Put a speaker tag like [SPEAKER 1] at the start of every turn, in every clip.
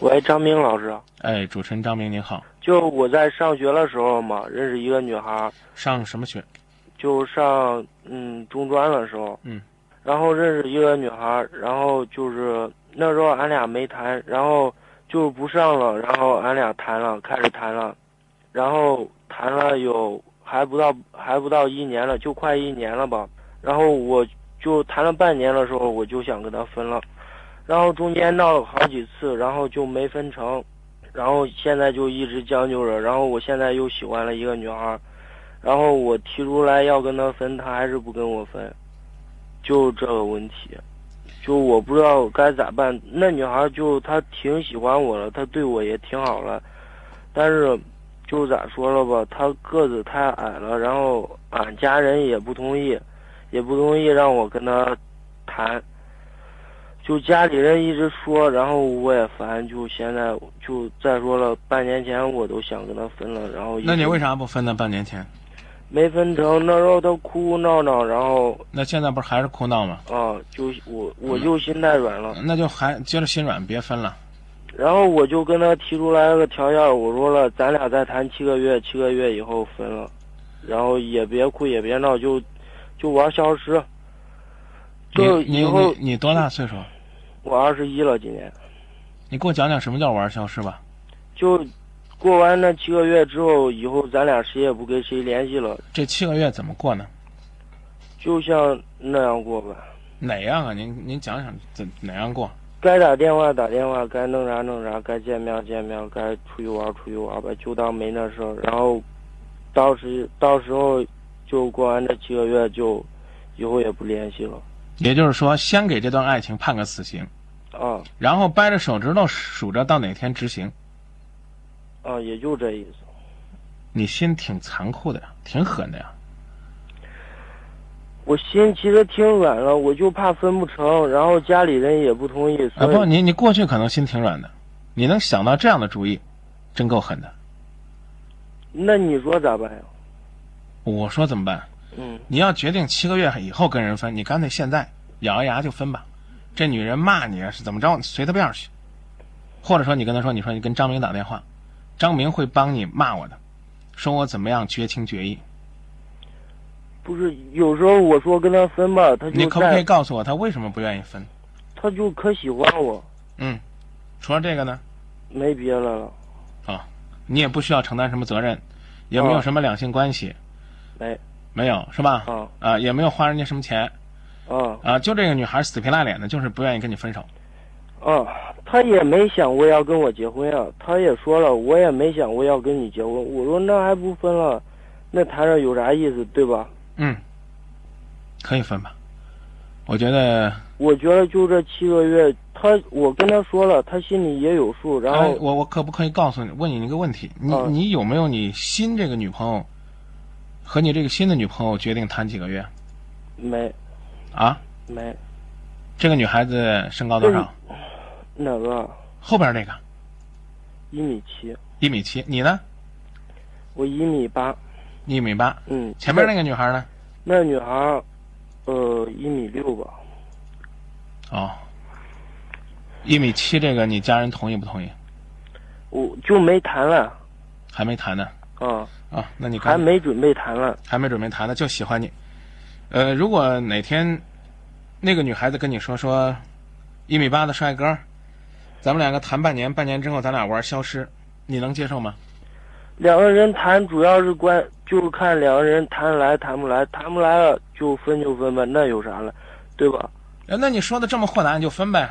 [SPEAKER 1] 喂，张明老师，
[SPEAKER 2] 哎，主持人张明您好，
[SPEAKER 1] 就我在上学的时候嘛，认识一个女孩儿，
[SPEAKER 2] 上什么学？
[SPEAKER 1] 就上嗯中专的时候，
[SPEAKER 2] 嗯，
[SPEAKER 1] 然后认识一个女孩儿，然后就是那时候俺俩没谈，然后就不上了，然后俺俩谈了，开始谈了，然后谈了有还不到还不到一年了，就快一年了吧，然后我就谈了半年的时候，我就想跟她分了，然后中间闹了好几次，然后就没分成，然后现在就一直将就着，然后我现在又喜欢了一个女孩儿。然后我提出来要跟他分，他还是不跟我分，就这个问题，就我不知道该咋办。那女孩就她挺喜欢我了，她对我也挺好了，但是就咋说了吧，她个子太矮了，然后俺家人也不同意，也不同意让我跟她谈。就家里人一直说，然后我也烦，就现在就再说了，半年前我都想跟她分了，然后一
[SPEAKER 2] 那你
[SPEAKER 1] 直
[SPEAKER 2] 为啥不分呢？半年前，
[SPEAKER 1] 没分成，那时候他哭哭闹闹，然后
[SPEAKER 2] 那现在不是还是哭闹吗？
[SPEAKER 1] 啊，就我我就心太软了，
[SPEAKER 2] 那就还接着心软，别分了。
[SPEAKER 1] 然后我就跟他提出来个条件，我说了，咱俩再谈七个月，七个月以后分了，然后也别哭也别闹，就就玩消失，
[SPEAKER 2] 你
[SPEAKER 1] 就
[SPEAKER 2] 你
[SPEAKER 1] 以后
[SPEAKER 2] 你你多大岁数？
[SPEAKER 1] 我二十一了，今年
[SPEAKER 2] 你给我讲讲什么叫玩消失吧。
[SPEAKER 1] 就过完那七个月之后，以后咱俩谁也不跟谁联系了，
[SPEAKER 2] 这七个月怎么过呢？
[SPEAKER 1] 就像那样过吧，
[SPEAKER 2] 哪样啊？您您讲讲怎哪样过？
[SPEAKER 1] 该打电话打电话，该弄啥弄啥，该见面见面，该出去玩出去玩吧，就当没那事儿。然后，到时到时候就过完这七个月就，以后也不联系了
[SPEAKER 2] 也就是说，先给这段爱情判个死刑，
[SPEAKER 1] 啊
[SPEAKER 2] 然后掰着手指头数着到哪天执行。
[SPEAKER 1] 啊，也就这意思。
[SPEAKER 2] 你心挺残酷的呀，挺狠的呀。
[SPEAKER 1] 我心其实挺软了，我就怕分不成，然后家里人也不同意，
[SPEAKER 2] 啊，
[SPEAKER 1] 所以
[SPEAKER 2] 不，你你过去可能心挺软的，你能想到这样的主意，真够狠的。
[SPEAKER 1] 那你说咋办呀？
[SPEAKER 2] 我说怎么办？
[SPEAKER 1] 嗯
[SPEAKER 2] 你要决定七个月以后跟人分，你干脆现在咬牙就分吧。这女人骂你啊是怎么着，随她便儿去。或者说你跟她说，你说你跟张明打电话，张明会帮你骂我的，说我怎么样绝情绝义。
[SPEAKER 1] 不是，有时候我说跟他分吧，他
[SPEAKER 2] 你
[SPEAKER 1] 就
[SPEAKER 2] 可不可以
[SPEAKER 1] 在，
[SPEAKER 2] 告诉我他为什么不愿意分？
[SPEAKER 1] 他就可喜欢我，
[SPEAKER 2] 嗯，除了这个呢，
[SPEAKER 1] 没别的了，
[SPEAKER 2] 你也不需要承担什么责任，也没有
[SPEAKER 1] 哦
[SPEAKER 2] 什么两性关系，
[SPEAKER 1] 没
[SPEAKER 2] 没有是吧？
[SPEAKER 1] 啊
[SPEAKER 2] 啊，也没有花人家什么钱
[SPEAKER 1] 啊。
[SPEAKER 2] 啊，就这个女孩死皮赖脸的，就是不愿意跟你分手。
[SPEAKER 1] 啊，他也没想过要跟我结婚啊，他也说了，我也没想过要跟你结婚。我说那还不分了，那谈着有啥意思，对吧？
[SPEAKER 2] 嗯，可以分吧？我觉得
[SPEAKER 1] 我觉得就这七个月，他我跟他说了，他心里也有数。然
[SPEAKER 2] 哎
[SPEAKER 1] 后，
[SPEAKER 2] 我我可不可以告诉你，问你一个问题？你、
[SPEAKER 1] 嗯
[SPEAKER 2] 你有没有你新这个女朋友和你这个新的女朋友决定谈几个月
[SPEAKER 1] 没
[SPEAKER 2] 啊？
[SPEAKER 1] 没
[SPEAKER 2] 这个女孩子身高多少？
[SPEAKER 1] 嗯哪个
[SPEAKER 2] 后边那个
[SPEAKER 1] 一米七，
[SPEAKER 2] 一米七，你呢？
[SPEAKER 1] 我一米八，
[SPEAKER 2] 一米八。
[SPEAKER 1] 嗯，
[SPEAKER 2] 前面那个女孩呢？
[SPEAKER 1] 那女孩儿，呃，一米六吧，
[SPEAKER 2] 哦，一米七这个你家人同意不同意？
[SPEAKER 1] 我就没谈了
[SPEAKER 2] 还没谈呢
[SPEAKER 1] 啊，
[SPEAKER 2] 啊？那你刚
[SPEAKER 1] 还没准备谈了。
[SPEAKER 2] 还没准备谈呢，就喜欢你。呃，如果哪天那个女孩子跟你说说，一米八的帅哥，咱们两个谈半年，半年之后咱俩玩消失，你能接受吗？
[SPEAKER 1] 两个人谈主要是关，就是看两个人谈来谈不来，谈不来了就分就分吧，那有啥了，对吧？
[SPEAKER 2] 呃那你说的这么豁达，你就分呗。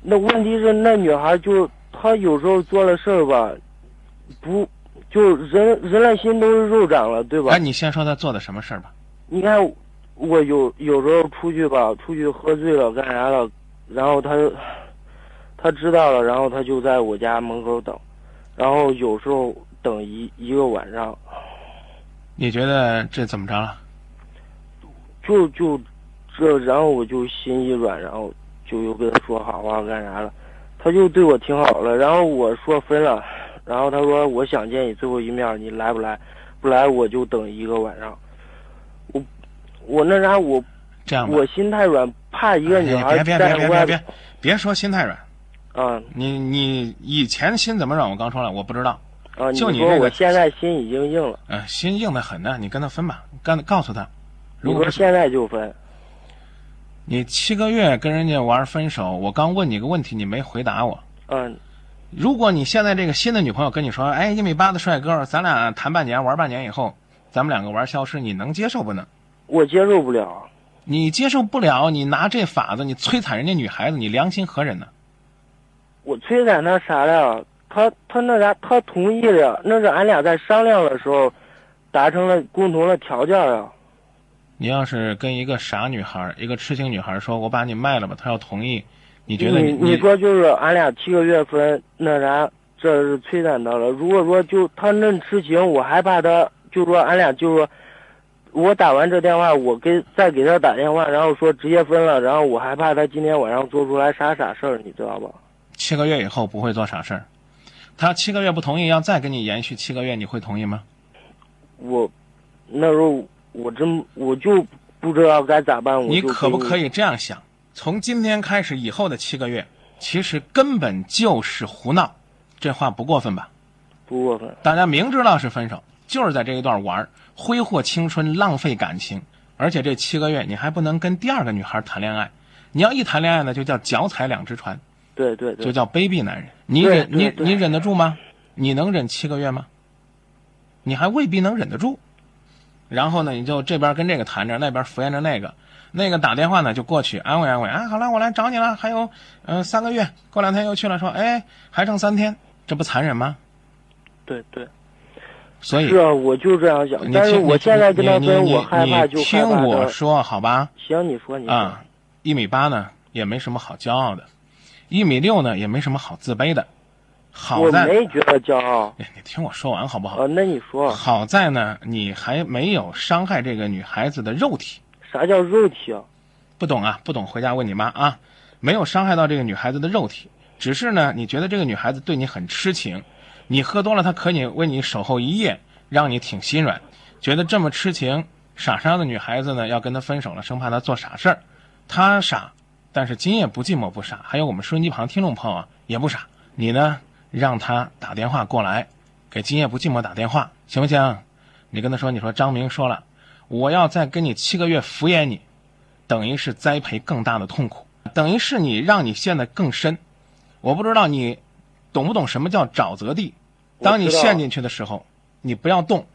[SPEAKER 1] 那问题是那女孩就她有时候做了事儿吧，不，就人人的心都是肉长了，对吧？
[SPEAKER 2] 哎，你先说她做的什么事儿吧。
[SPEAKER 1] 你看我有有时候出去吧，出去喝醉了干啥了，然后她她知道了，然后她就在我家门口等，然后有时候等一一个晚上，
[SPEAKER 2] 你觉得这怎么着了？
[SPEAKER 1] 就就这，然后我就心一软，然后就又跟他说好话干啥了，他就对我挺好了。然后我说分了，然后他说我想见你最后一面，你来不来？不来我就等一个晚上。我我那啥我
[SPEAKER 2] 这样吧，
[SPEAKER 1] 我心太软，怕一个女
[SPEAKER 2] 哎
[SPEAKER 1] 孩
[SPEAKER 2] 别别
[SPEAKER 1] 在
[SPEAKER 2] 别别
[SPEAKER 1] 外
[SPEAKER 2] 别
[SPEAKER 1] 面
[SPEAKER 2] 别，别说心太软，
[SPEAKER 1] 啊
[SPEAKER 2] 你你以前心怎么软，我刚说了，我不知道。
[SPEAKER 1] 啊！
[SPEAKER 2] 就你
[SPEAKER 1] 说
[SPEAKER 2] 这个
[SPEAKER 1] 我现在心已经硬了，
[SPEAKER 2] 呃，心硬的很呢，你跟他分吧，干告诉他，如
[SPEAKER 1] 你
[SPEAKER 2] 果
[SPEAKER 1] 说
[SPEAKER 2] 不是
[SPEAKER 1] 现在就分，
[SPEAKER 2] 你七个月跟人家玩分手，我刚问你个问题，你没回答我。
[SPEAKER 1] 嗯、
[SPEAKER 2] 如果你现在这个新的女朋友跟你说，哎，一米八的帅哥，咱俩谈半年玩半年以后，咱们两个玩消失，你能接受不能？
[SPEAKER 1] 我接受不了，
[SPEAKER 2] 你接受不了，你拿这法子，你摧残人家女孩子，你良心何忍呢？
[SPEAKER 1] 我催在那啥了，他他那啥，他同意了，那是俺俩在商量的时候达成了共同的条件啊。
[SPEAKER 2] 你要是跟一个傻女孩、一个痴情女孩说，我把你卖了吧，她要同意，你觉得
[SPEAKER 1] 嗯你
[SPEAKER 2] 你
[SPEAKER 1] 说就是俺俩七个月份那啥，这是催产到了。如果说就他那痴情，我还怕他，就说俺俩就说，我打完这电话，我给再给他打电话，然后说直接分了，然后我还怕他今天晚上做出来啥傻事儿，你知道吧？
[SPEAKER 2] 七个月以后不会做傻事儿，她七个月不同意，要再跟你延续七个月，你会同意吗？
[SPEAKER 1] 我那时候我真我就不知道该咋办。我
[SPEAKER 2] 你
[SPEAKER 1] 就
[SPEAKER 2] 可不
[SPEAKER 1] 跟
[SPEAKER 2] 可以这样想？从今天开始，以后的七个月，其实根本就是胡闹，这话不过分吧？
[SPEAKER 1] 不过分？
[SPEAKER 2] 大家明知道是分手，就是在这一段玩儿，挥霍青春，浪费感情。而且这七个月你还不能跟第二个女孩谈恋爱，你要一谈恋爱呢，就叫脚踩两只船，
[SPEAKER 1] 对对对
[SPEAKER 2] 就，叫卑鄙男人。你
[SPEAKER 1] 对
[SPEAKER 2] 忍你
[SPEAKER 1] 对对
[SPEAKER 2] 你忍得住吗？你能忍七个月吗？你还未必能忍得住。然后呢，你就这边跟这个谈着，那边敷衍着那个，那个打电话呢就过去安慰安慰啊，好了，我来找你了，还有嗯、呃三个月，过两天又去了，说哎还剩三天，这不残忍吗？
[SPEAKER 1] 对对，
[SPEAKER 2] 所以
[SPEAKER 1] 是啊，我就这样想。
[SPEAKER 2] 嗯你
[SPEAKER 1] 但是
[SPEAKER 2] 听，
[SPEAKER 1] 我
[SPEAKER 2] 你
[SPEAKER 1] 现在跟他
[SPEAKER 2] 你
[SPEAKER 1] 分，
[SPEAKER 2] 你
[SPEAKER 1] 我害怕
[SPEAKER 2] 你
[SPEAKER 1] 就害
[SPEAKER 2] 听
[SPEAKER 1] 怕嗯
[SPEAKER 2] 我
[SPEAKER 1] 他。
[SPEAKER 2] 说好吧，
[SPEAKER 1] 行，你说你说。
[SPEAKER 2] 啊，一米八呢也没什么好骄傲的，一米六呢也没什么好自卑的，好
[SPEAKER 1] 我
[SPEAKER 2] 在
[SPEAKER 1] 没觉得骄傲。
[SPEAKER 2] 哎你听我说完好不好？
[SPEAKER 1] 啊，那你说
[SPEAKER 2] 好在呢你还没有伤害这个女孩子的肉体，
[SPEAKER 1] 啥叫肉体啊？
[SPEAKER 2] 不懂啊，不懂回家问你妈啊，没有伤害到这个女孩子的肉体，只是呢你觉得这个女孩子对你很痴情，你喝多了她可以为你守候一夜，让你挺心软，觉得这么痴情傻傻的女孩子呢要跟她分手了，生怕她做傻事儿，她傻，但是今夜不寂寞不傻，还有我们收音机旁听众朋友啊也不傻，你呢让她打电话过来，给今夜不寂寞打电话行不行？你跟她说，你说张明说了，我要再跟你七个月敷衍你。等于是栽培更大的痛苦，等于是你让你陷得更深。我不知道你懂不懂什么叫沼泽地。
[SPEAKER 1] 我
[SPEAKER 2] 当你
[SPEAKER 1] 知道
[SPEAKER 2] 陷进去的时候，你不要动，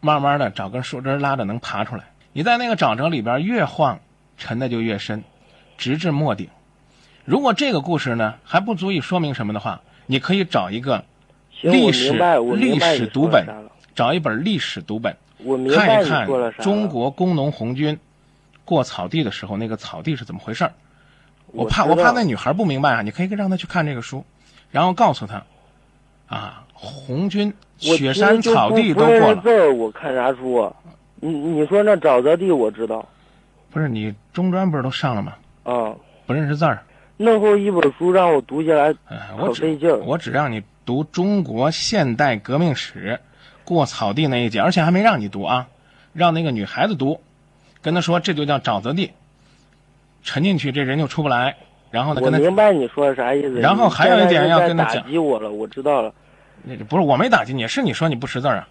[SPEAKER 2] 慢慢的找根树枝拉着能爬出来。你在那个沼泽里边越晃，沉的就越深，直至没顶。如果这个故事呢还不足以说明什么的话，你可以找一个
[SPEAKER 1] 行，我
[SPEAKER 2] 历史
[SPEAKER 1] 明白，我明
[SPEAKER 2] 历
[SPEAKER 1] 白你
[SPEAKER 2] 史
[SPEAKER 1] 说
[SPEAKER 2] 读
[SPEAKER 1] 了
[SPEAKER 2] 本
[SPEAKER 1] 啥了。，
[SPEAKER 2] 找一本历史读本，
[SPEAKER 1] 我明白
[SPEAKER 2] 看一
[SPEAKER 1] 你
[SPEAKER 2] 看
[SPEAKER 1] 说了啥了。
[SPEAKER 2] 中国工农红军过草地的时候，那个草地是怎么回事儿。
[SPEAKER 1] 我
[SPEAKER 2] 我怕
[SPEAKER 1] 知道
[SPEAKER 2] 怕那女孩不明白啊，你可以让她去看这个书，然后告诉她，啊，红军
[SPEAKER 1] 我
[SPEAKER 2] 雪
[SPEAKER 1] 其实
[SPEAKER 2] 山
[SPEAKER 1] 就
[SPEAKER 2] 草
[SPEAKER 1] 不
[SPEAKER 2] 地
[SPEAKER 1] 不
[SPEAKER 2] 都
[SPEAKER 1] 认
[SPEAKER 2] 过
[SPEAKER 1] 识
[SPEAKER 2] 了
[SPEAKER 1] 字，儿，我看啥书啊？你你说那沼泽地我知道
[SPEAKER 2] 不是你中专不是都上了吗？
[SPEAKER 1] 啊，
[SPEAKER 2] 不认识字儿，
[SPEAKER 1] 那后一本书让我读下来
[SPEAKER 2] 哎，我
[SPEAKER 1] 可
[SPEAKER 2] 只
[SPEAKER 1] 费劲儿。
[SPEAKER 2] 我只让你读中国现代革命史，过草地那一节，而且还没让你读啊，让那个女孩子读，跟她说这就叫沼泽地，沉进去这人就出不来，然后呢
[SPEAKER 1] 我
[SPEAKER 2] 跟她
[SPEAKER 1] 明白你说的啥意思。
[SPEAKER 2] 然后
[SPEAKER 1] 你
[SPEAKER 2] 还有
[SPEAKER 1] 现
[SPEAKER 2] 一
[SPEAKER 1] 在
[SPEAKER 2] 点
[SPEAKER 1] 是
[SPEAKER 2] 要
[SPEAKER 1] 在
[SPEAKER 2] 跟他
[SPEAKER 1] 打
[SPEAKER 2] 讲
[SPEAKER 1] 击我了，我知道了。
[SPEAKER 2] 那不是我没打击你，是你说你不识字儿啊。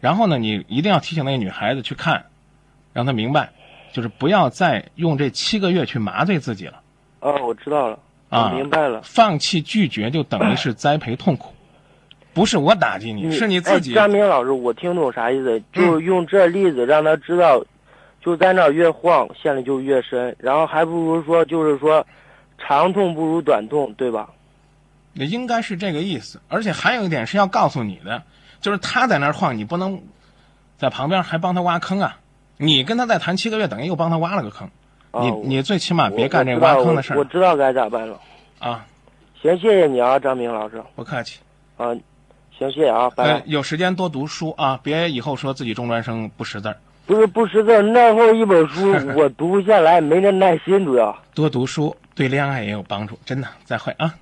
[SPEAKER 2] 然后呢，你一定要提醒那个女孩子去看，让她明白，就是不要再用这七个月去麻醉自己了，
[SPEAKER 1] 啊，我知道了，
[SPEAKER 2] 啊
[SPEAKER 1] 我明白了。
[SPEAKER 2] 放弃拒绝就等于是栽培痛苦。不是我打击你，是你自己嗯
[SPEAKER 1] 哎、张明老师，我听懂啥意思？就是用这例子让他知道，就在那儿越晃陷的就越深，然后还不如说就是说，长痛不如短痛，对吧？
[SPEAKER 2] 也应该是这个意思。而且还有一点是要告诉你的，就是他在那儿晃，你不能在旁边还帮他挖坑啊。你跟他再谈七个月，等于又帮他挖了个坑。
[SPEAKER 1] 啊、
[SPEAKER 2] 你
[SPEAKER 1] 我
[SPEAKER 2] 你最起码别
[SPEAKER 1] 我
[SPEAKER 2] 干这
[SPEAKER 1] 我知
[SPEAKER 2] 挖
[SPEAKER 1] 道
[SPEAKER 2] 坑
[SPEAKER 1] 我
[SPEAKER 2] 的事
[SPEAKER 1] 我
[SPEAKER 2] 儿
[SPEAKER 1] 知道该咋办了。
[SPEAKER 2] 啊！
[SPEAKER 1] 行，谢谢你啊，张明老师。
[SPEAKER 2] 不客气。
[SPEAKER 1] 啊，行，谢谢啊，拜拜。
[SPEAKER 2] 呃，有时间多读书啊，别以后说自己中专生不识字儿，
[SPEAKER 1] 不是不识字，那后一本 书我读不下来，没那耐心，主要。
[SPEAKER 2] 多读书对恋爱也有帮助，真的。再会啊。